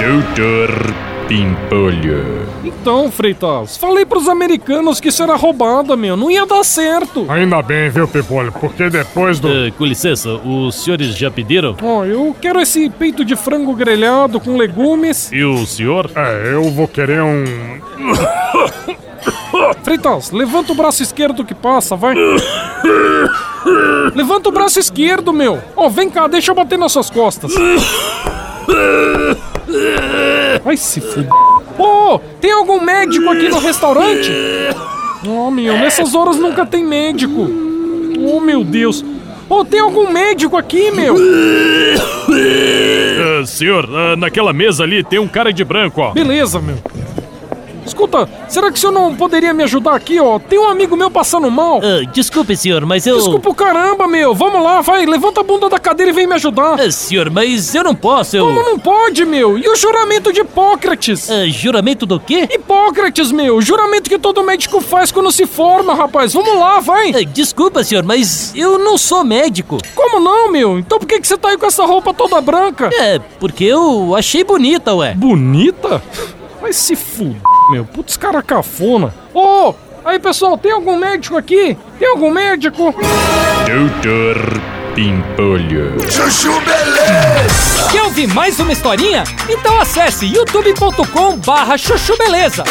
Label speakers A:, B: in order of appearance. A: Doutor Pimpolho.
B: Então, Freitas, falei pros americanos que isso era roubada, meu. Não ia dar certo.
C: Ainda bem, viu, Pimpolho? Porque depois do.
D: Eh, com licença, os senhores já pediram?
B: Ó, eu quero esse peito de frango grelhado com legumes.
D: E o senhor?
C: É, eu vou querer um.
B: Freitas, levanta o braço esquerdo que passa, vai. Levanta o braço esquerdo, meu. Ó, vem cá, deixa eu bater nas suas costas. Vai se fuder. Ô, tem algum médico aqui no restaurante? Ó, meu, nessas horas nunca tem médico. Oh, meu Deus. Ô, tem algum médico aqui, meu?
D: Eh, senhor, ah, naquela mesa ali tem um cara de branco, ó.
B: Beleza, meu. Escuta, será que o senhor não poderia me ajudar aqui, ó? Tem um amigo meu passando mal.
E: Ah, desculpe, senhor, mas eu.
B: Desculpa o caramba, meu. Vamos lá, vai. Levanta a bunda da cadeira e vem me ajudar.
E: Ah, senhor, mas eu não posso, eu.
B: Como não pode, meu? E o juramento de Hipócrates?
E: Ah, juramento do quê?
B: Hipócrates, meu. Juramento que todo médico faz quando se forma, rapaz. Vamos lá, vai.
E: Ah, desculpa, senhor, mas eu não sou médico.
B: Como não, meu? Então por que, que você tá aí com essa roupa toda branca?
E: É, porque eu achei bonita, ué.
B: Bonita? Vai se fuder, meu. Putz, cara cafona. Ô, aí pessoal, tem algum médico aqui? Tem algum médico?
A: Doutor Pimpolho.
E: Quer ouvir mais uma historinha? Então acesse youtube.com barra chuchu beleza.